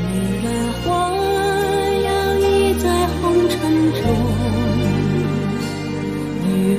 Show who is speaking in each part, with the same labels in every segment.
Speaker 1: 女人花摇曳在红尘中，女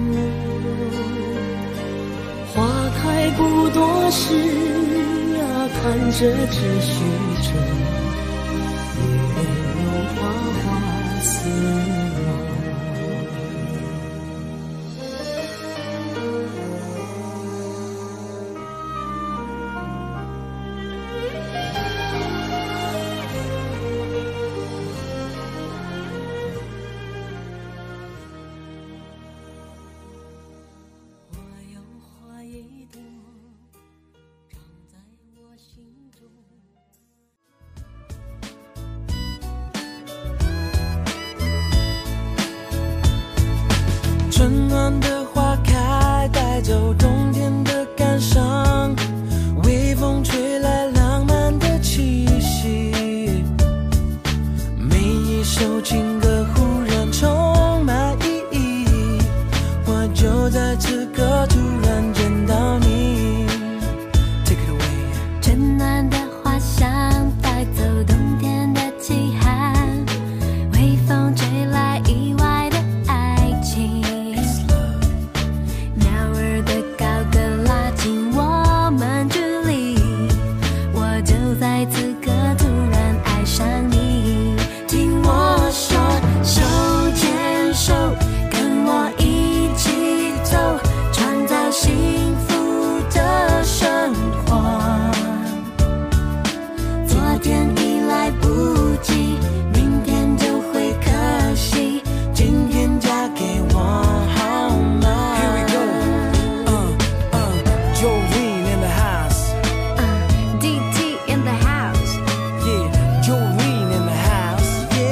Speaker 1: 花开不多时啊，看着只虚着，女人用花花似梦。我有花一朵，长在我心中。
Speaker 2: 春暖的花开，带走冬天的感伤。微风吹来浪漫的气息，每一首情歌忽然充满意义。我就在此刻突然见到你，Take it away。
Speaker 1: 春暖的花香带走冬天的凄寒，微风吹来意外的爱情，鸟儿的高歌拉近我们距离，我就在此刻突然爱上你。听我说，手牵手，跟我一起走，创造幸福的生活。昨天已来不及，明天就会可惜。
Speaker 2: 今天嫁给我好吗？Here we go，嗯嗯，Jolene in the house，yeah，Jolene
Speaker 1: 啊 DT in the house，DT
Speaker 2: in the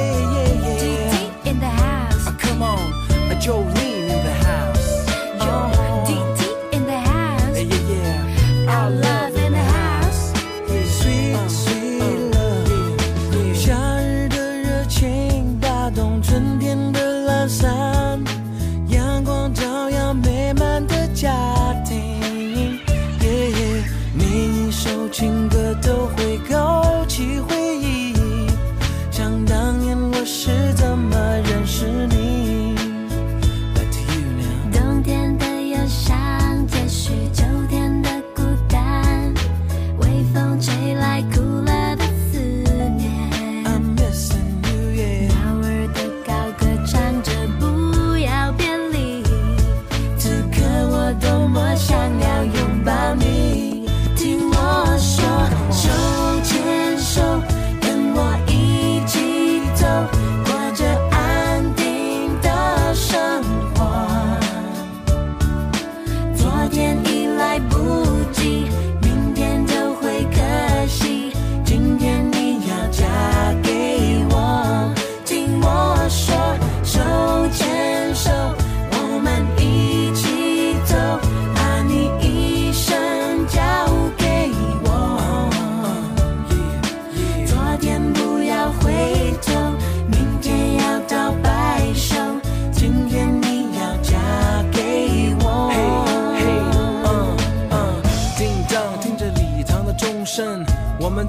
Speaker 2: house，yeah yeah
Speaker 1: in the house，
Speaker 2: yeah，啊 come on，Jolene in the house，yeah
Speaker 1: DT in the house，
Speaker 2: yeah
Speaker 1: our love in the house。
Speaker 2: Sweet sweet love，夏日的热情打动春天的懒散，阳光照耀美满的家庭。Yeah, yeah，每一首情歌都会勾起回忆，想当年我是怎么认识你？Back to you now。
Speaker 1: 冬天的忧伤，接续秋天的孤单，微风吹来苦乐的思念。
Speaker 2: I'm missing you, yeah.
Speaker 1: 鸟儿的高歌唱着不要别离，此刻我多么想要拥抱你。听我说，手牵手，跟我一起走，过着安定的生活。昨天已来不及，明天就会可惜。今天你要嫁给我，听我说，手牵手，我们一起走，把你一生交给我。昨天不要回头，明天要到白首，今天你要嫁给我。
Speaker 2: 嘿，嘿，嗯嗯，叮当，听着礼堂的钟声，我们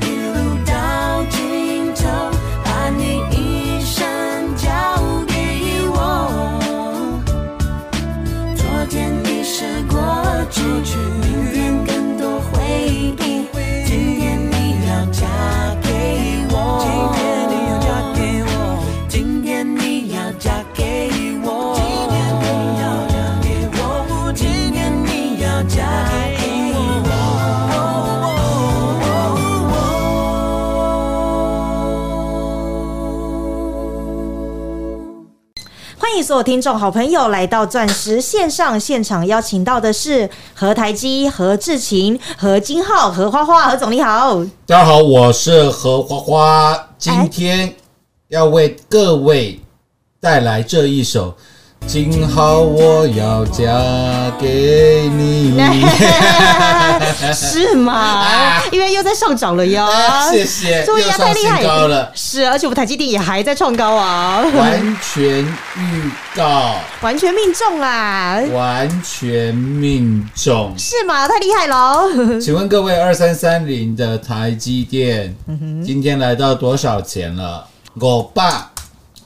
Speaker 1: 一路到尽头，把你一生交给我。昨天已舍过去，明天更多回忆。今天你要嫁给我，
Speaker 2: 今天你要嫁给我，
Speaker 1: 今天你要嫁给我，
Speaker 2: 今天你要嫁给我，今天你要嫁给我。
Speaker 3: 欢迎所有听众好朋友来到钻石线上现场，邀请到的是何台基、何志勤、何金浩、何花花。何总你 好，
Speaker 4: 大家好，我是何花花，今天要为各位带来这一首《今后我要嫁给你》。
Speaker 3: 是吗？ 因为又在上涨了哟
Speaker 4: 啊，谢谢，
Speaker 3: 终于
Speaker 4: 又
Speaker 3: 要
Speaker 4: 上
Speaker 3: 太厉
Speaker 4: 新
Speaker 3: 害
Speaker 4: 高了，
Speaker 3: 是，而且我们台积电也还在创高啊，
Speaker 4: 完全预告，
Speaker 3: 完全命中啦，
Speaker 4: 完全命中。
Speaker 3: 是吗？太厉害 喽！
Speaker 4: 请问各位，二三三零的台积电、今天来到多少钱了？五百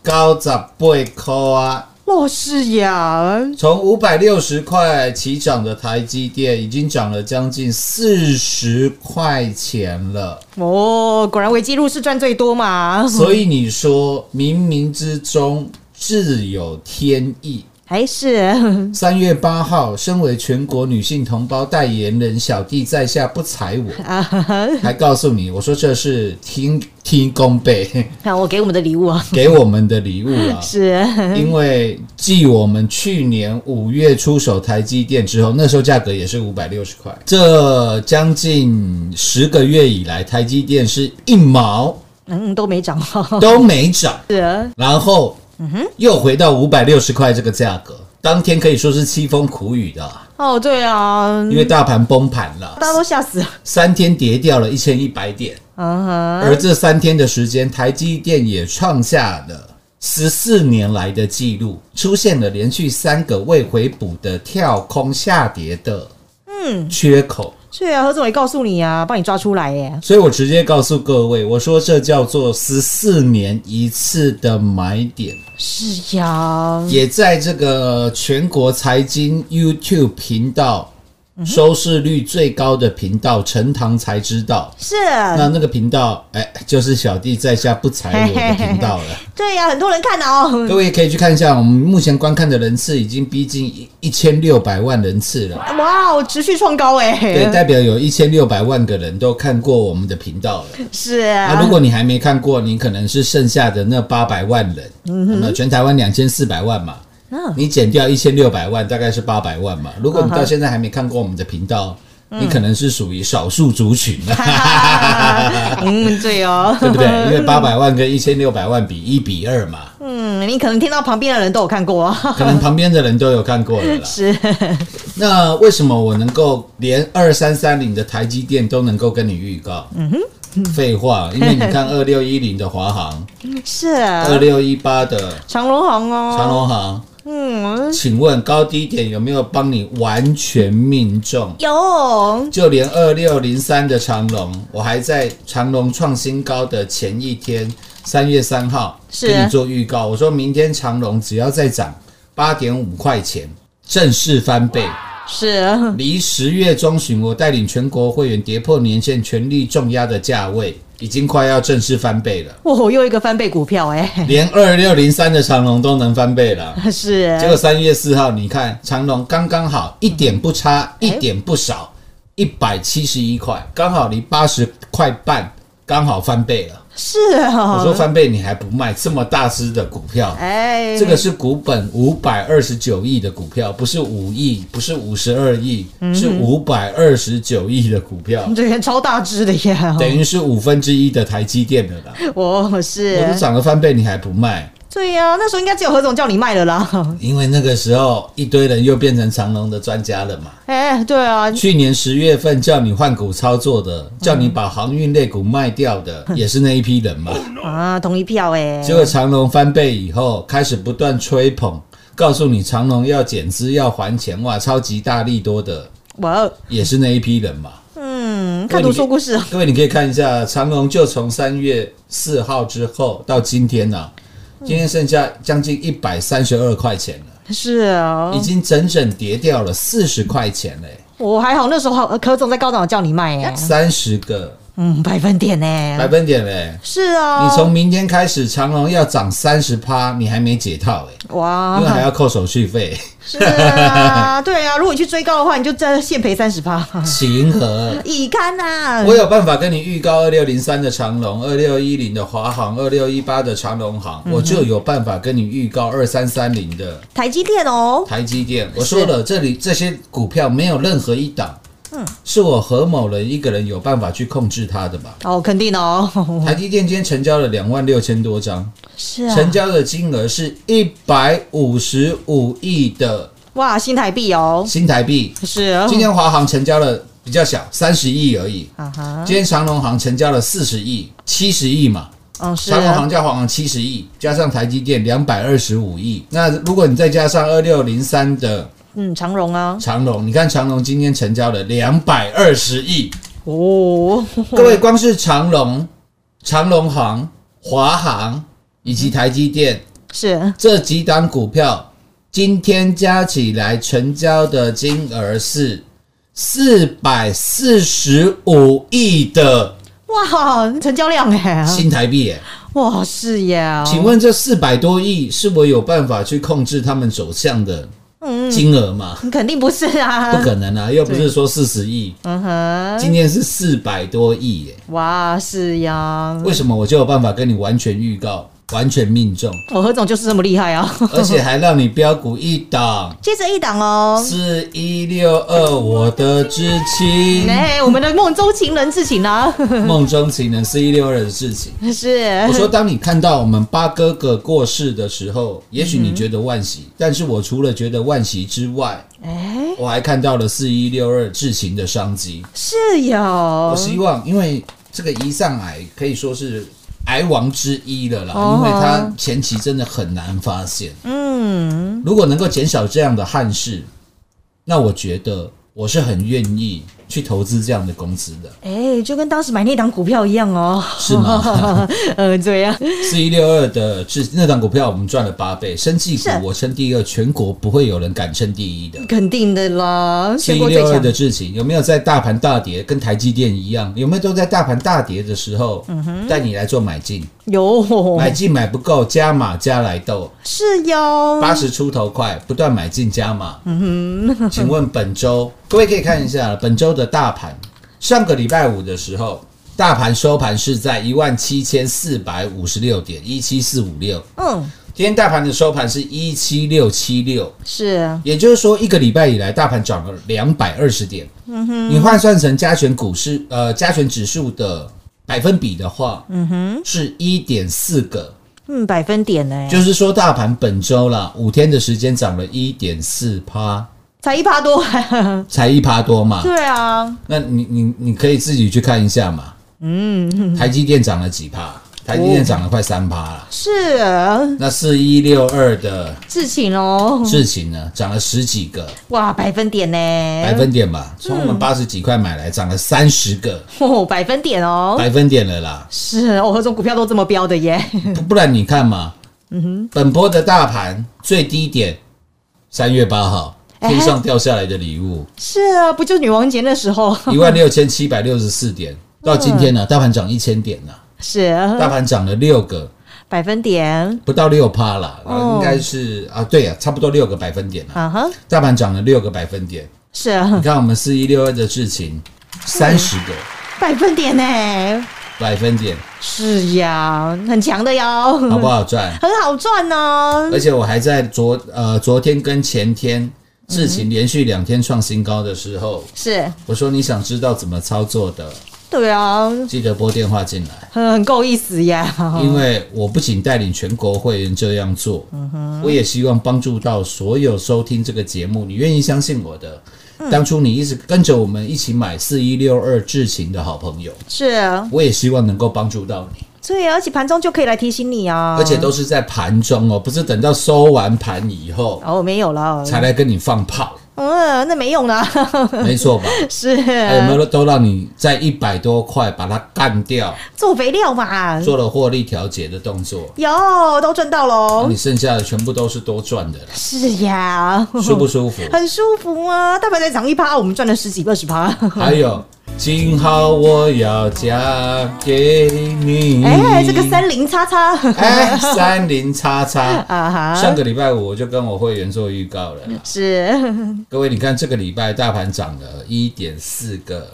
Speaker 4: 高十八块啊！
Speaker 3: 哇，哦是呀，
Speaker 4: 从五百六十块起涨的台积电，已经涨了将近四十块钱了。
Speaker 3: 哦，果然危机入市赚最多嘛，
Speaker 4: 所以你说，冥冥之中自有天意。
Speaker 3: 还是
Speaker 4: 三月八号，身为全国女性同胞代言人，小弟在下不踩我，
Speaker 3: 啊，哈哈
Speaker 4: 还告诉你，我说这是天天公杯
Speaker 3: 看我给我们的礼物啊，
Speaker 4: 给我们的礼物啊。
Speaker 3: 是
Speaker 4: 因为继我们去年五月出手台积电之后，那时候价格也是五百六十块，这将近十个月以来，台积电是一毛
Speaker 3: 嗯都没涨哦，
Speaker 4: 都没涨，
Speaker 3: 是啊
Speaker 4: 然后又回到五百六十块这个价格。当天可以说是凄风苦雨的，
Speaker 3: 哦，对啊，
Speaker 4: 因为大盘崩盘了
Speaker 3: 大，家都吓死了，
Speaker 4: 三天跌掉了一千一百点，
Speaker 3: 嗯哼，
Speaker 4: 而这三天的时间，台积电也创下了十四年来的纪录，出现了连续三个未回补的跳空下跌的嗯缺口。
Speaker 3: 是啊，何总也告诉你啊，帮你抓出来耶，
Speaker 4: 所以我直接告诉各位，我说这叫做十四年一次的买点，
Speaker 3: 是呀，
Speaker 4: 也在这个全国财经 YouTube 频道。收视率最高的频道《陈堂才知道》，
Speaker 3: 是，
Speaker 4: 那那个频道，哎，就是小弟在下不踩我的频道了。
Speaker 3: 对呀，很多人看的哦，
Speaker 4: 各位也可以去看一下，我们目前观看的人次已经逼近一一千六百万人次了，
Speaker 3: 哇哦，持续创高哎，
Speaker 4: 对，代表有一千六百万个人都看过我们的频道了。
Speaker 3: 是
Speaker 4: 那、
Speaker 3: 啊
Speaker 4: 如，果你还没看过，你可能是剩下的那八百万人，
Speaker 3: 嗯
Speaker 4: 那么全台湾两千四百万嘛，你减掉一千六百万，大概是八百万嘛。如果你到现在还没看过我们的频道，你可能是属于少数族群了。
Speaker 3: 嗯，对哦，
Speaker 4: 对不对？因为八百万跟一千六百万比一比二嘛，
Speaker 3: 嗯，你可能听到旁边的人都有看过啊，
Speaker 4: 可能旁边的人都有看过了啦。
Speaker 3: 是，
Speaker 4: 那为什么我能够连二三三零的台积电都能够跟你预告？嗯哼，废话，因为你看二六一零的华航，
Speaker 3: 是
Speaker 4: 二六一八的
Speaker 3: 长隆行啊哦，
Speaker 4: 长隆航，
Speaker 3: 嗯，
Speaker 4: 请问高低点有没有帮你完全命中？
Speaker 3: 有
Speaker 4: 就连二六零三的长隆，我还在长隆创新高的前一天，三月三号
Speaker 3: 是
Speaker 4: 跟你做预告，我说明天长隆只要再涨八点五块钱，正式翻倍。
Speaker 3: 是，
Speaker 4: 离十月中旬，我带领全国会员跌破年限，全力重压的价位，已经快要正式翻倍了
Speaker 3: 哦，又一个翻倍股票哎，
Speaker 4: 连二六零三的长龙都能翻倍了。
Speaker 3: 是啊
Speaker 4: 结果三月四号，你看长龙刚刚好，一点不差，一点不少，一百七十一块，刚好离八十块半，刚好翻倍了。
Speaker 3: 是啊，
Speaker 4: 我说翻倍你还不卖，这么大只的股票，
Speaker 3: 哎，
Speaker 4: 这个是股本五百二十九亿的股票，不是五亿，不是五十二亿，是五百二十九亿的股票，
Speaker 3: 对超大只的呀，
Speaker 4: 等于是五分之一的台积电的啦。
Speaker 3: 我
Speaker 4: 我都
Speaker 3: 是
Speaker 4: 涨了翻倍，你还不卖？
Speaker 3: 对呀，那时候应该只有何总叫你卖了 啦，
Speaker 4: 因为那个时候一堆人又变成长隆的专家了嘛。
Speaker 3: 哎，对啊，
Speaker 4: 去年十月份叫你换股操作的，叫你把航运类股卖掉的，也是那一批人嘛。
Speaker 3: 啊，同一票哎，
Speaker 4: 结果长隆翻倍以后，开始不断吹捧，告诉你长隆要减资要还钱，哇，超级大力多的。
Speaker 3: 哇哦，
Speaker 4: 也是那一批人嘛。
Speaker 3: 嗯，看读书故事哦，
Speaker 4: 各位，你可以看一下，长隆就从三月四号之后到今天呢、
Speaker 3: 嗯
Speaker 4: 今天剩下将近一百三十二块钱了，
Speaker 3: 是哦
Speaker 4: 已，经整整跌掉了四十块钱嘞，
Speaker 3: 我还好，那时候好柯总在高档叫你卖耶，
Speaker 4: 三十个
Speaker 3: 嗯，百分点呢，
Speaker 4: 百分点嘞。
Speaker 3: 是哦，
Speaker 4: 你从明天开始，长隆要涨三十趴，你还没解套哎、因为还
Speaker 3: 哇，
Speaker 4: 要扣手续费，
Speaker 3: 是啊，对啊，如果你去追高的话，你就真的现赔三十 趴，啊
Speaker 4: 情何？
Speaker 3: 乙肝呐，
Speaker 4: 我有办法跟你预告二六零三的长隆，二六一零的华航，二六一八的长隆
Speaker 3: 嗯
Speaker 4: 航，我就有办法跟你预告二三三零的
Speaker 3: 台积电哦，
Speaker 4: 台积电。我说了，这里这些股票没有任何一档，
Speaker 3: 嗯
Speaker 4: 是我何某人一个人有办法去控制它的嘛？
Speaker 3: 哦，肯定哦，
Speaker 4: 台积电今天 成交了两万六千多张，
Speaker 3: 是啊，
Speaker 4: 成交的金额是一百五十五亿的
Speaker 3: 哇，新台币哦，
Speaker 4: 新台币。
Speaker 3: 是哦，
Speaker 4: 今天华航成交了比较小，三十亿而已。
Speaker 3: 啊哈，
Speaker 4: 今天长隆航成交了四十亿，七十亿嘛。
Speaker 3: 嗯是
Speaker 4: 长隆
Speaker 3: 啊
Speaker 4: 航，加华航七十亿，加上台积电两百二十五亿。那如果你再加上二六零三的
Speaker 3: 嗯，长荣啊，
Speaker 4: 长隆，你看长隆今天成交了两百二十亿。
Speaker 3: 哦，
Speaker 4: 各位，光是长隆、长隆航、华航以及台积电
Speaker 3: 是
Speaker 4: 这几档股票，今天加起来成交的金额是四百四十五亿的
Speaker 3: 哇，成交量哎，
Speaker 4: 新台币耶。
Speaker 3: 哇，是呀，
Speaker 4: 请问这四百多亿是我有办法去控制他们走向的金额吗？
Speaker 3: 你肯定不是啊，
Speaker 4: 不可能啊，又不是说四十亿，
Speaker 3: 嗯哼，
Speaker 4: 今天是四百多亿耶。
Speaker 3: 哇，是呀，
Speaker 4: 为什么我就有办法跟你完全预告、完全命中，
Speaker 3: 我哦何总就是这么厉害啊！
Speaker 4: 而且还让你标股一档
Speaker 3: 接着一档哦，
Speaker 4: 四一六二，我的知青，
Speaker 3: 哎、我们的梦中情人之情 啊，
Speaker 4: 梦中情人四一六二的事情。
Speaker 3: 是
Speaker 4: 我说，当你看到我们八哥哥过世的时候，也许你觉得惋惜，但是我除了觉得惋惜之外，
Speaker 3: 哎
Speaker 4: 我还看到了四一六二智行的商机。
Speaker 3: 是
Speaker 4: 我
Speaker 3: 有，
Speaker 4: 希望，因为这个胰脏癌可以说是癌王之一了啦，
Speaker 3: 哦
Speaker 4: 因为它前期真的很难发现。
Speaker 3: 嗯，
Speaker 4: 如果能够减少这样的憾事，那我觉得我是很愿意去投资这样的公司的，
Speaker 3: 哎、就跟当时买那档股票一样哦，
Speaker 4: 是吗？
Speaker 3: 呃，对呀、
Speaker 4: 四一六二的是那档股票，我们赚了八倍。生技股
Speaker 3: 是
Speaker 4: 我称第二，全国不会有人敢称第一的。
Speaker 3: 肯定的啦，
Speaker 4: 四
Speaker 3: 全
Speaker 4: 一
Speaker 3: 国最
Speaker 4: 六二
Speaker 3: 强
Speaker 4: 的智勤有没有在大盘大跌，跟台积电一样，有没有都在大盘大跌的时候
Speaker 3: 嗯
Speaker 4: 带你来做买进？
Speaker 3: 有，
Speaker 4: 买进买不够，加码加来斗，
Speaker 3: 是有，
Speaker 4: 八十出头快，不断买进加码。请问本周各位可以看一下本周的大盘，上个礼拜五的时候，大盘收盘是在一万七千四百五十六点一七四五六。
Speaker 3: 嗯，
Speaker 4: 今天大盘的收盘是一七六七六，
Speaker 3: 是
Speaker 4: 也就是说一个礼拜以来，大盘涨了两百二十点。嗯哼，你换算成加权股市呃加权指数的百分比的话，嗯哼，是一点四个，
Speaker 3: 嗯，百分点呢、
Speaker 4: 就是说大盘本周啦五天的时间涨了一点四趴，
Speaker 3: 才一趴多，
Speaker 4: 才一趴多嘛。
Speaker 3: 对啊，
Speaker 4: 那你你你可以自己去看一下嘛。嗯，台积电涨了几趴？台积电涨了快三趴了。
Speaker 3: 是
Speaker 4: 那四一六二的
Speaker 3: 事情哦，
Speaker 4: 事情呢，涨了十几个。
Speaker 3: 哇，百分点呢、哎
Speaker 4: 百分点
Speaker 3: 嗯
Speaker 4: 吧，从我们八十几块买来，涨了三十个
Speaker 3: 哦，百分点哦，
Speaker 4: 百分点了 啦，
Speaker 3: 是哦，何总股票都这么标的耶，
Speaker 4: 不不然你看嘛，
Speaker 3: 嗯
Speaker 4: 本波的大盘最低点三月八号
Speaker 3: 哎
Speaker 4: 天上掉下来的礼物
Speaker 3: 是啊，不就女王节那时候？
Speaker 4: 一万六千七百六十四点，到今天呢、大盘涨一千点呢、
Speaker 3: 是
Speaker 4: 大盘涨了六个，
Speaker 3: 百分点
Speaker 4: 不到六趴啦，
Speaker 3: 哦
Speaker 4: 应该是啊，对啊，差不多六个百分点啦，
Speaker 3: 啊哈，
Speaker 4: 大盘涨了六个百分点，
Speaker 3: 是
Speaker 4: 你看我们四一六二的事情，三十个
Speaker 3: 百分点呢、
Speaker 4: 百分点，
Speaker 3: 是呀，很强的哟，
Speaker 4: 好哎不好赚？
Speaker 3: 很好赚哦呢、
Speaker 4: 而且我还在昨呃昨天跟前天事情连续两天创新高的时候，
Speaker 3: 是，
Speaker 4: 我说你想知道怎么操作的，
Speaker 3: 对啊，
Speaker 4: 记得拨电话进来，
Speaker 3: 很很够意思呀，
Speaker 4: 因为我不仅带领全国会员这样做，我也希望帮助到所有收听这个节目，你愿意相信我的。当初你一直跟着我们一起买四一六二智勤的好朋友，
Speaker 3: 是，
Speaker 4: 我也希望能够帮助到你，
Speaker 3: 对啊，而且盘中就可以来提醒你啊，
Speaker 4: 而且都是在盘中哦，不是等到收完盘以后
Speaker 3: 哦没有了，
Speaker 4: 才来跟你放炮。
Speaker 3: 嗯，那没用的啊，
Speaker 4: 没错吧？
Speaker 3: 是
Speaker 4: 还有没有都让你在一百多块把它干掉，
Speaker 3: 做肥料嘛，
Speaker 4: 做了获利调节的动作，
Speaker 3: 有都赚到喽
Speaker 4: 你，剩下的全部都是多赚的了，
Speaker 3: 是呀，
Speaker 4: 舒不舒服？
Speaker 3: 很舒服啊，大盘再涨一趴，我们赚了十几二十趴，
Speaker 4: 还有，今后我要嫁给你。
Speaker 3: 哎，这个三零叉叉，
Speaker 4: 嗯哎三零叉叉。
Speaker 3: 啊嗯
Speaker 4: 上
Speaker 3: 哈，
Speaker 4: 个礼拜五我就跟我会员做预告了啦，
Speaker 3: 是
Speaker 4: 各位，你看这个礼拜大盘涨了一点四个，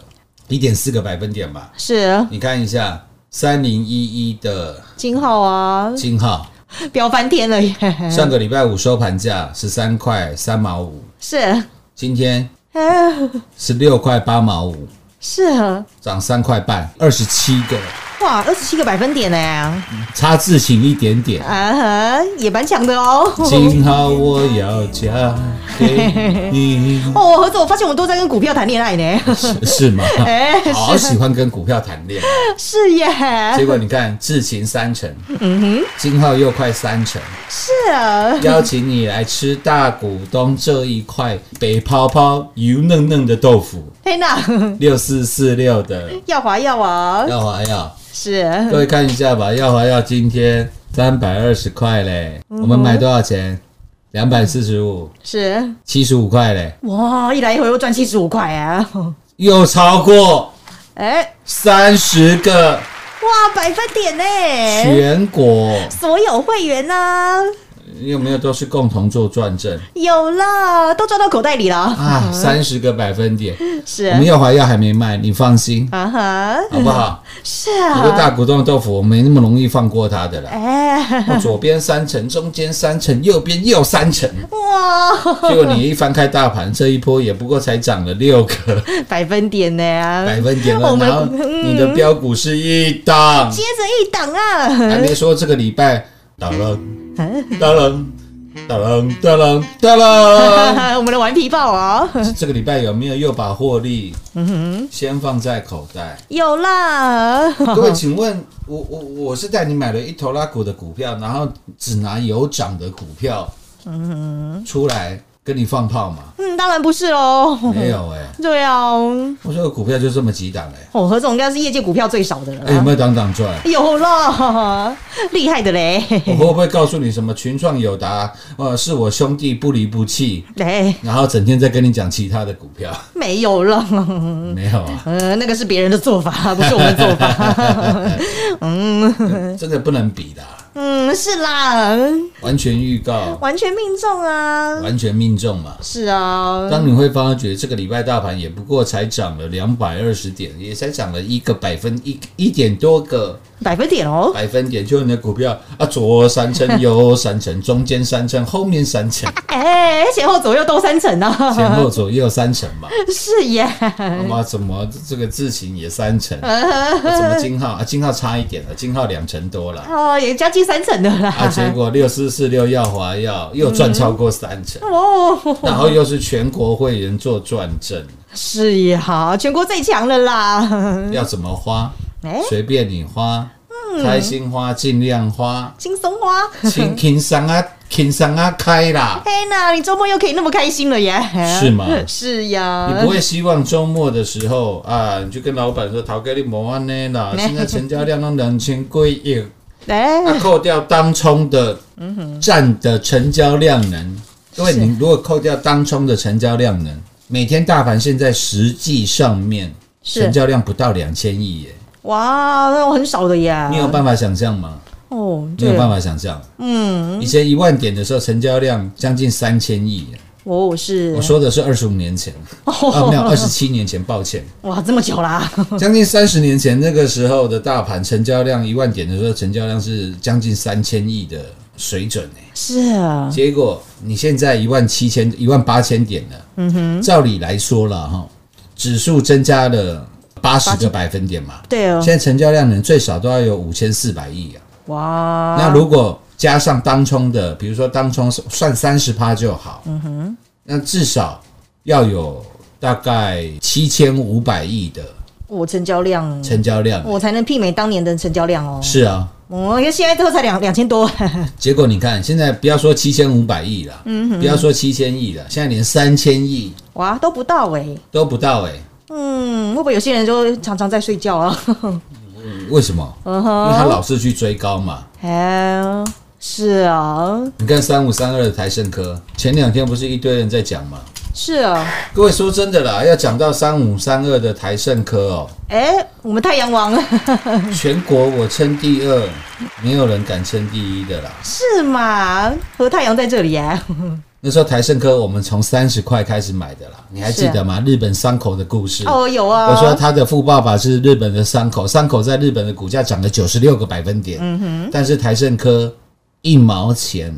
Speaker 4: 一点四个百分点吧。
Speaker 3: 是，
Speaker 4: 你看一下三零一一的
Speaker 3: 今后啊，
Speaker 4: 金号，
Speaker 3: 飙翻天了耶，
Speaker 4: 上个礼拜五收盘价十三块三毛五，
Speaker 3: 是，
Speaker 4: 今天
Speaker 3: 哎，
Speaker 4: 十六块八毛五，
Speaker 3: 是啊，
Speaker 4: 涨三块半，二十七个，
Speaker 3: 哇，二十七个百分点呢，
Speaker 4: 差自行一点点。
Speaker 3: 啊哈，也蛮强的哦。
Speaker 4: 今后我要嫁给 你，
Speaker 3: 哦，何总，我发现我都在跟股票谈恋爱呢。
Speaker 4: 是是吗？
Speaker 3: 哎是
Speaker 4: 好喜欢跟股票谈恋爱，
Speaker 3: 是耶，
Speaker 4: 结果你看智勤三成，哎嗯哼，今后又快三成，
Speaker 3: 是啊，
Speaker 4: 邀请你来吃大股东这一块北泡泡油嫩嫩的豆腐，
Speaker 3: 天哪，
Speaker 4: 六四四六的
Speaker 3: 耀华耀啊，
Speaker 4: 耀华耀，
Speaker 3: 是
Speaker 4: 各位看一下吧，耀华耀今天三百二十块嘞，我们买多少钱？两百四十五，
Speaker 3: 是，
Speaker 4: 七十五块嘞，
Speaker 3: 哇，一来一回又赚七十五块啊！
Speaker 4: 又超过
Speaker 3: 哎、
Speaker 4: 三十个
Speaker 3: 哇，百分点呢、哎
Speaker 4: 全国，
Speaker 3: 所有会员呢、
Speaker 4: 有没有都是共同做转正
Speaker 3: 有啦，都赚到口袋里了。
Speaker 4: 啊？三十个百分点，
Speaker 3: 嗯是
Speaker 4: 我们耀华药还没卖，你放心，
Speaker 3: 啊哈，
Speaker 4: 好不好？
Speaker 3: 是
Speaker 4: 我的
Speaker 3: 啊，
Speaker 4: 大股东的豆腐，我没那么容易放过他的啦。
Speaker 3: 哎、
Speaker 4: 我左边三层，中间三层，右边又 三层，
Speaker 3: 哇，
Speaker 4: 结果你一翻开大盘，这一波也不过才涨了六个
Speaker 3: 百分点呢、
Speaker 4: 百分点
Speaker 3: 嗯我
Speaker 4: 了，
Speaker 3: 们嗯
Speaker 4: 然后你的标股是一档，
Speaker 3: 接着一档啊，
Speaker 4: 还没说这个礼拜，当啷
Speaker 3: 嗯
Speaker 4: 当啷当啷当啷当 啷。
Speaker 3: 我们的顽皮豹啊，
Speaker 4: 这个礼拜有没有又把获利先放在口袋？
Speaker 3: 有啦，
Speaker 4: 各位，请问我我我是带你买了一头拉股的股票，然后只拿有涨的股票出来跟你放炮吗？
Speaker 3: 嗯，当然不是喽，
Speaker 4: 没有哎、
Speaker 3: 对啊，
Speaker 4: 我说我股票就这么几档哎、
Speaker 3: 哦，何总应该是业界股票最少的了
Speaker 4: 哎有
Speaker 3: 啦。
Speaker 4: 没有档档赚？
Speaker 3: 有啦， 厉害的嘞！
Speaker 4: 我会不会告诉你什么群创友达？呃，是我兄弟不离不弃，
Speaker 3: 哎，
Speaker 4: 然后整天在跟你讲其他的股票？
Speaker 3: 没有了，
Speaker 4: 没有啊，
Speaker 3: 呃，那个是别人的做法， 不是我们做法。
Speaker 4: 真的不能比的啊、
Speaker 3: 嗯，是啦，
Speaker 4: 完全预告，
Speaker 3: 完全命中啊！
Speaker 4: 完全命中嘛。
Speaker 3: 是啊，
Speaker 4: 当你会发觉这个礼拜大盘也不过才涨了两百二十点，也才涨了一个百分一一点多个
Speaker 3: 百分点哦，
Speaker 4: 百分点，就你的股票啊，左三层，右三层，中间三层，后面三层，
Speaker 3: 哎，前后左右都三层啊，
Speaker 4: 前后左右三层嘛。
Speaker 3: 是耶，
Speaker 4: 他妈怎么这个字形也三层？怎么金号啊？金号差一点了，金号两层多 了
Speaker 3: 哦，也将近三层的啦。
Speaker 4: 啊，结果六四四六耀华耀又赚超过三层，
Speaker 3: 哦，
Speaker 4: 然后又是全国会员做转正，
Speaker 3: 是呀，全国最强了啦，
Speaker 4: 要怎么花？
Speaker 3: 哎，嗯，
Speaker 4: 随便你花，开心花尽量花
Speaker 3: 轻松哦花。
Speaker 4: 轻轻松啊， 轻松啊开啦。
Speaker 3: 嘿娜，你周末又可以那么开心了耶？
Speaker 4: 是吗
Speaker 3: 是呀，
Speaker 4: 你不会希望周末的时候啊，你就跟老板说陶哥你莫安 呢啦，现在成交量都两千贵亿，
Speaker 3: 哎、
Speaker 4: 啊扣掉当冲的
Speaker 3: 嗯
Speaker 4: 占的成交量能，因为你如果扣掉当冲的成交量能，每天大盘现在实际上面
Speaker 3: 是
Speaker 4: 成交量不到两千亿耶，
Speaker 3: 哇，那我很少的呀。
Speaker 4: 你有办法想象吗？
Speaker 3: 哦，
Speaker 4: 没有
Speaker 3: 对
Speaker 4: 办，法想象，
Speaker 3: 嗯，
Speaker 4: 以前一万点的时候，成交量将近三千亿。
Speaker 3: 我是啊 哦
Speaker 4: 我说的是二十五年前，啊，没有二十七年前，抱歉，
Speaker 3: 哇，这么久啦，
Speaker 4: 将近三十年前，那个时候的大盘成交量一万点的时候，成交量是将近三千亿的水准欸
Speaker 3: 是啊，
Speaker 4: 结果你现在一万七千、一万八千点了，嗯哼，照理来说了哈，指数增加了八十个百分点嘛，
Speaker 3: 对哦
Speaker 4: 现，在成交量能最少都要有五千四百亿啊，
Speaker 3: 哇，
Speaker 4: 那如果加上当冲的，比如说当冲算三十趴就好，嗯哼，那至少要有大概七千五百亿的
Speaker 3: 我成交量，
Speaker 4: 成交量。
Speaker 3: 我才能媲美当年的成交量哦。
Speaker 4: 是啊，
Speaker 3: 我、因为现在都才两两千多，
Speaker 4: 结果你看，现在不要说七千五百亿了，不要说七千亿了，现在连三千亿
Speaker 3: 哇，都不到哎、
Speaker 4: 都不到哎、
Speaker 3: 嗯，会不会有些人就常常在睡觉啊？
Speaker 4: 为什么？因
Speaker 3: 嗯
Speaker 4: 为他
Speaker 3: 哼，
Speaker 4: 老是去追高嘛。
Speaker 3: 哎，是啊，
Speaker 4: 你看三五三二的台盛科，前两天不是一堆人在讲吗？
Speaker 3: 是啊，
Speaker 4: 各位说真的啦，要讲到三五三二的台盛科哦，
Speaker 3: 哎、我们太阳王
Speaker 4: 全国我称第二，没有人敢称第一的啦。
Speaker 3: 是嘛？和太阳在这里啊，
Speaker 4: 那时候台盛科我们从三十块开始买的啦，你还记得吗？日本伤口的故事。
Speaker 3: 哦，有啊，
Speaker 4: 我说他的富爸爸是日本的山口，山口在日本的股价涨了九十六个百分点，
Speaker 3: 嗯
Speaker 4: 但是台盛科一毛钱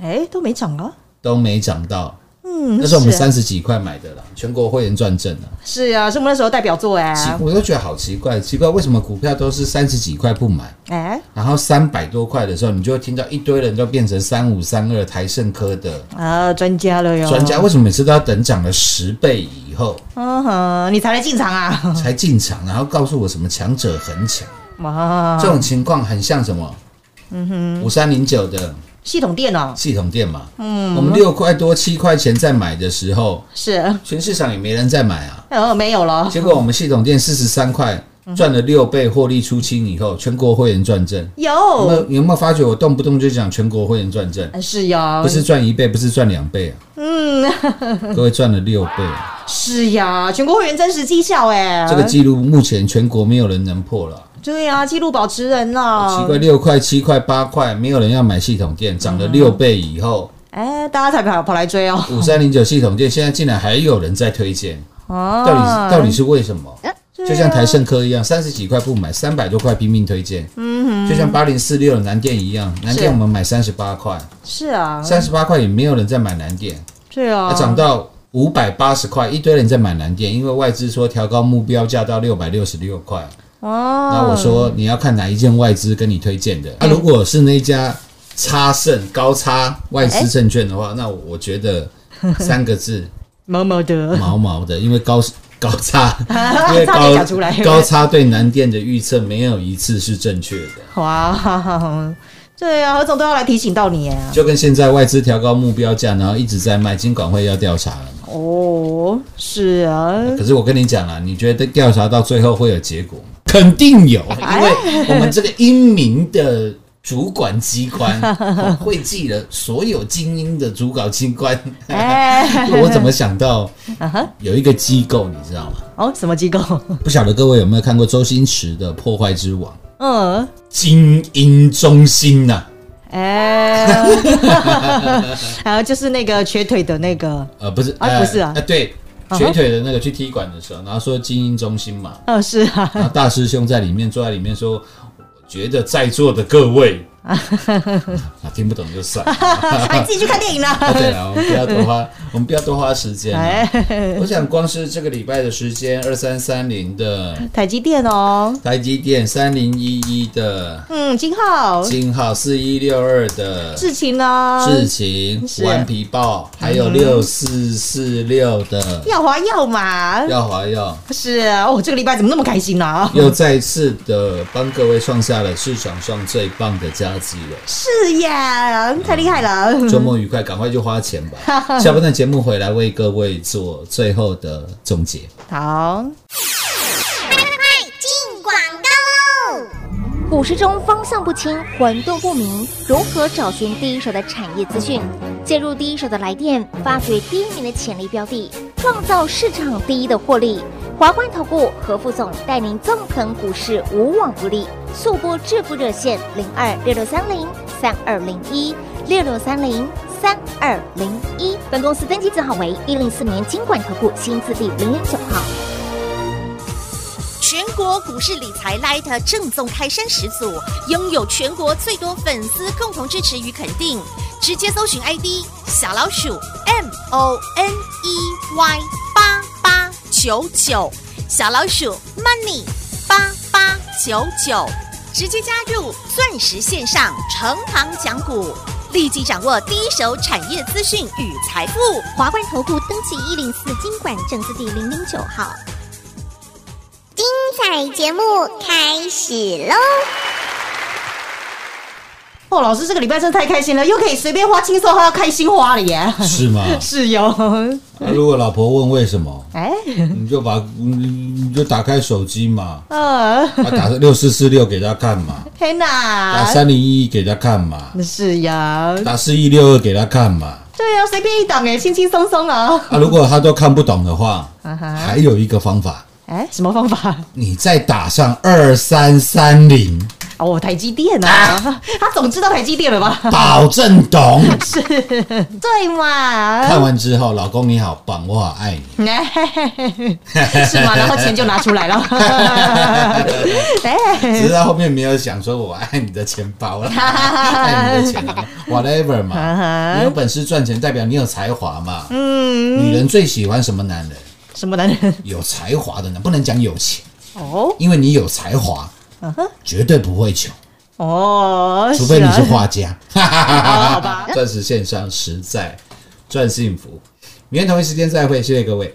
Speaker 3: 哎、都没涨啊，
Speaker 4: 都没涨到。
Speaker 3: 嗯，
Speaker 4: 那时候我们
Speaker 3: 是啊
Speaker 4: 三十几块买的啦，全国会员转正了、
Speaker 3: 是啊，是我们那时候代表作哎、
Speaker 4: 奇我都觉得好奇怪，奇怪为什么股票都是三十几块不买，
Speaker 3: 哎、
Speaker 4: 然后三百多块的时候，你就会听到一堆人都变成三五三二台盛科的
Speaker 3: 啊，专家了哟，
Speaker 4: 专家，，为什么每次都要等涨了十倍以后
Speaker 3: 嗯哼，你才来进场啊，
Speaker 4: 才进场，然后告诉我什么强者恒强？
Speaker 3: 哇
Speaker 4: 这，种情况很像什么？嗯嗯哼，五三零九的
Speaker 3: 系统电脑
Speaker 4: 系统店嘛，嗯，我们六块多七块钱在买的时候，
Speaker 3: 是，
Speaker 4: 全市场也没人在买啊。
Speaker 3: 呃，没有了，
Speaker 4: 结果我们系统店四十三块赚了六倍，获利出清以后，全国会员转正。有
Speaker 3: 有，
Speaker 4: 没有有没有发觉我动不动就讲全国会员转正？
Speaker 3: 是呀，
Speaker 4: 不是赚一倍，不是赚两倍啊，嗯， 各位赚了六倍啊，
Speaker 3: 是呀，全国会员真实绩效哎、
Speaker 4: 这个记录目前全国没有人能破了。
Speaker 3: 对呀、啊，记录保持人啊啦，
Speaker 4: 奇怪，六块、七块、八块，没有人要买系统店，涨了六倍以后，
Speaker 3: 哎、大家才跑跑来追哦，
Speaker 4: 五三零九系统店现在竟然还有人在推荐，
Speaker 3: 啊，
Speaker 4: 到底是嗯到底是为什么？
Speaker 3: 对啊
Speaker 4: 就像台盛科一样，三十几块不买，三百多块拼命推荐。嗯就像八零四六的南电一样，南电我们买三十八块，
Speaker 3: 是啊，
Speaker 4: 三十八块也没有人在买南电，
Speaker 3: 对啊
Speaker 4: 它，涨到五百八十块，一堆人在买南电，因为外资说调高目标价到六百六十六块。
Speaker 3: 哦，
Speaker 4: 那我说你要看哪一件外资跟你推荐的，那、
Speaker 3: 嗯
Speaker 4: 啊如果是那一家差胜高差外资证券的
Speaker 3: 哎
Speaker 4: 话，那我觉得三个字
Speaker 3: 某某的，
Speaker 4: 毛毛的，因为高 高 差，因为
Speaker 3: 差点讲出来
Speaker 4: 高高差对南电的预测没有一次是正确的，
Speaker 3: 哇，对啊，何总都要来提醒到你耶，
Speaker 4: 就跟现在外资调高目标价，然后一直在卖，金管会要调查了嘛。
Speaker 3: 哦，是啊，
Speaker 4: 可是我跟你讲啊，你觉得调查到最后会有结果吗？肯定有，因
Speaker 3: 哎
Speaker 4: 为我们这个英明的主管机 关哦汇集了所有精英的主管机关。
Speaker 3: 哎，啊
Speaker 4: 我怎么想到有一个机构，你知道吗？
Speaker 3: 哦，什么机构？
Speaker 4: 不晓得各位有没有看过周星驰的《破坏之王》
Speaker 3: 嗯，
Speaker 4: 精英中心啊呐、
Speaker 3: 哎，还有就是那个瘸腿的那个，
Speaker 4: 呃，不是，
Speaker 3: 啊
Speaker 4: 呃
Speaker 3: 不是啊
Speaker 4: 呃对，瘸腿的那个去踢馆的时候，然后说精英中心嘛，
Speaker 3: 嗯，是 啊，
Speaker 4: 然后大师兄在里面坐在里面说，我觉得在座的各 位啊听不懂就算了。
Speaker 3: 哎，自己去看电影啦。
Speaker 4: 啊对了，我们不要多花，我们不要多花时间 了。
Speaker 3: 哎，
Speaker 4: 我想光是这个礼拜的时间，二三三零的
Speaker 3: 台积电哦，
Speaker 4: 台积电，三零一一的
Speaker 3: 嗯，金浩、
Speaker 4: 金浩，四一六二的
Speaker 3: 智勤呢？
Speaker 4: 智勤，
Speaker 3: 是
Speaker 4: 顽皮豹，还有六四四六的
Speaker 3: 耀华耀嘛，
Speaker 4: 耀华耀。
Speaker 3: 是啊，哦，这个礼拜怎么那么开心呢、啊？
Speaker 4: 又再次的帮各位创下了市场上最棒的佳绩了。
Speaker 3: 是呀，太厉害了。
Speaker 4: 周末愉快，赶快就花钱吧。 下半段节目回来为各位做最后的 总结。
Speaker 3: 好，
Speaker 5: 进广告喽！股市中方向不清、混沌不明，如何找寻第一手的产业资讯？介入第一手的来电，发掘第一名的潜力标的，创造市场第一的获利。华冠投顾何副总带领纵横股市，无往不利。速播致富热线零二六六三零三二零一六六三零三二零一。本公司登记字号为一零四年经管投顾新字第零零九号。全国股市理财 Light 正宗开山始祖，拥有全国最多粉丝共同支持与肯定。直接搜寻 ID 小老鼠 M O N E Y 八八九九，小老鼠 Money 八八九九，直接加入钻石线上成行讲股，立即掌握第一手产业资讯与财富。华冠投顾登记一零四经管证字第零零九号。
Speaker 6: 精彩节目开始喽！
Speaker 3: 哦，老师这个礼拜真的太开心了，又可以随便花，轻松花，开心花了耶！
Speaker 4: 是 吗？
Speaker 3: 是哟，
Speaker 4: 啊如果老婆问为什么，
Speaker 3: 哎，
Speaker 4: 你就把嗯你就打开手机嘛，
Speaker 3: 呃，
Speaker 4: 啊打六四四六给他看 嘛，
Speaker 3: 天
Speaker 4: 打
Speaker 3: 哪，
Speaker 4: 三零一一给他看嘛，
Speaker 3: 是呀，
Speaker 4: 打四一六二给他看嘛。
Speaker 3: 对呀，随便一档哎，轻轻松松啊，
Speaker 4: 啊，如果他都看不懂的话，
Speaker 3: 啊哈，
Speaker 4: 还有一个方法，
Speaker 3: 哎，什么方法？
Speaker 4: 你再打上二三 三零，
Speaker 3: 哦，台积电啊， 他总知道台积电了吧？
Speaker 4: 保证 懂。
Speaker 3: 对嘛？哎
Speaker 4: 看完之后，老公你好棒，我好爱你。
Speaker 3: 是吗？然后钱就拿出来 了。
Speaker 4: 只
Speaker 3: 哎，
Speaker 4: 是他后面没有想说我爱你的钱包啦，爱你的钱包，whatever
Speaker 3: 啊
Speaker 4: 嘛。你有本事赚钱，代表你有才华嘛。嗯，女人最喜欢什么男人？
Speaker 3: 什么男人？
Speaker 4: 有才华的男，不能讲有钱，
Speaker 3: 哦
Speaker 4: 因为你有才华，
Speaker 3: 嗯
Speaker 4: 绝对不会穷，
Speaker 3: 哦，
Speaker 4: 除非你是
Speaker 3: 啊
Speaker 4: 画家。哈 哈
Speaker 3: 好
Speaker 4: 哈
Speaker 3: 吧
Speaker 4: 哈！ 钻石线上实在赚幸福。明天同一时间再会，谢谢各位。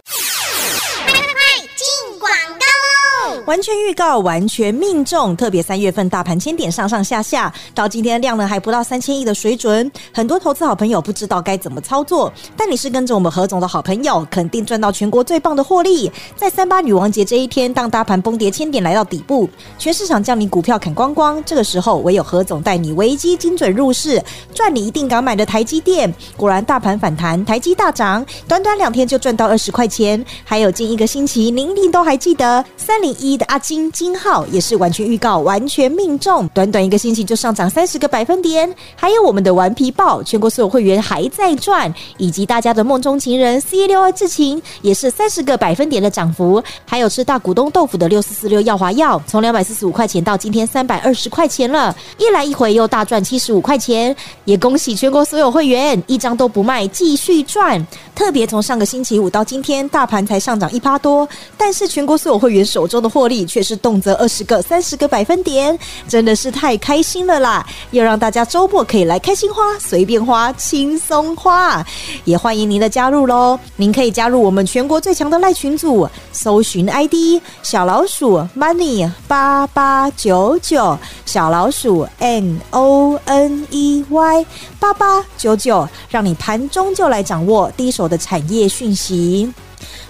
Speaker 5: 进广告喽！
Speaker 3: 完全预告，完全命中。特别三月份大盘千点上上下下，到今天量呢还不到三千亿的水准，很多投资好朋友不知道该怎么操作。但你是跟着我们何总的好朋友，肯定赚到全国最棒的获利。在三八女王节这一天，当大盘崩跌千点来到底部，全市场将你股票砍光光，这个时候唯有何总带你危机精准入市，赚你一定敢买的台积电。果然大盘反弹，台积大涨，短短两天就赚到二十块钱，还有近一个星期，您一定都还记得三零一的阿金金号也是完全预告，完全命中，短短一个星期就上涨三十个百分点。还有我们的顽皮豹，全国所有会员还在赚，以及大家的梦中情人 C 六二智勤也是三十个百分点的涨幅，还有吃大股东豆腐的六四四六耀华药，从两百四十五块钱到今天三百二十块钱了，一来一回又大赚七十五块钱，也恭喜全国所有会员一张都不卖，继续赚。特别从上个星期五到今天，大盘才上涨一趴多，但是全国所有会员手中的获利却是动辄二十个、三十个百分点，真的是太开心了啦！要让大家周末可以来开心花、随便花、轻松花，也欢迎您的加入喽。您可以加入我们全国最强的赖群组，搜寻 ID 小老鼠 money 八八九九，小老鼠 n o n e y 八八九九，让你盘中就来掌握第一手的产业讯息。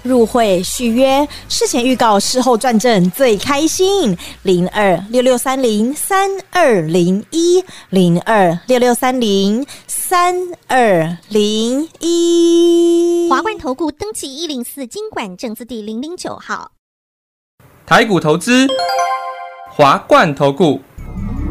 Speaker 3: 入会续约，事前预告，事后转正最开心。零二六六三零三二零一，零二六六三零三二零一。
Speaker 5: 华冠投顾登记一零四经管证字第零零九号。
Speaker 6: 台股投资，华冠投顾。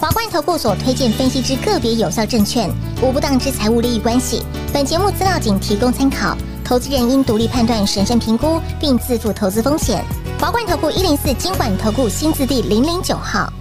Speaker 7: 华冠投顾所推荐分析之个别有效证券，无不当之财务利益关系。本节目资料仅提供参考，投资人应独立判断、审慎评估，并自负投资风险。华冠投顾一零四经管投顾新字第零零九号。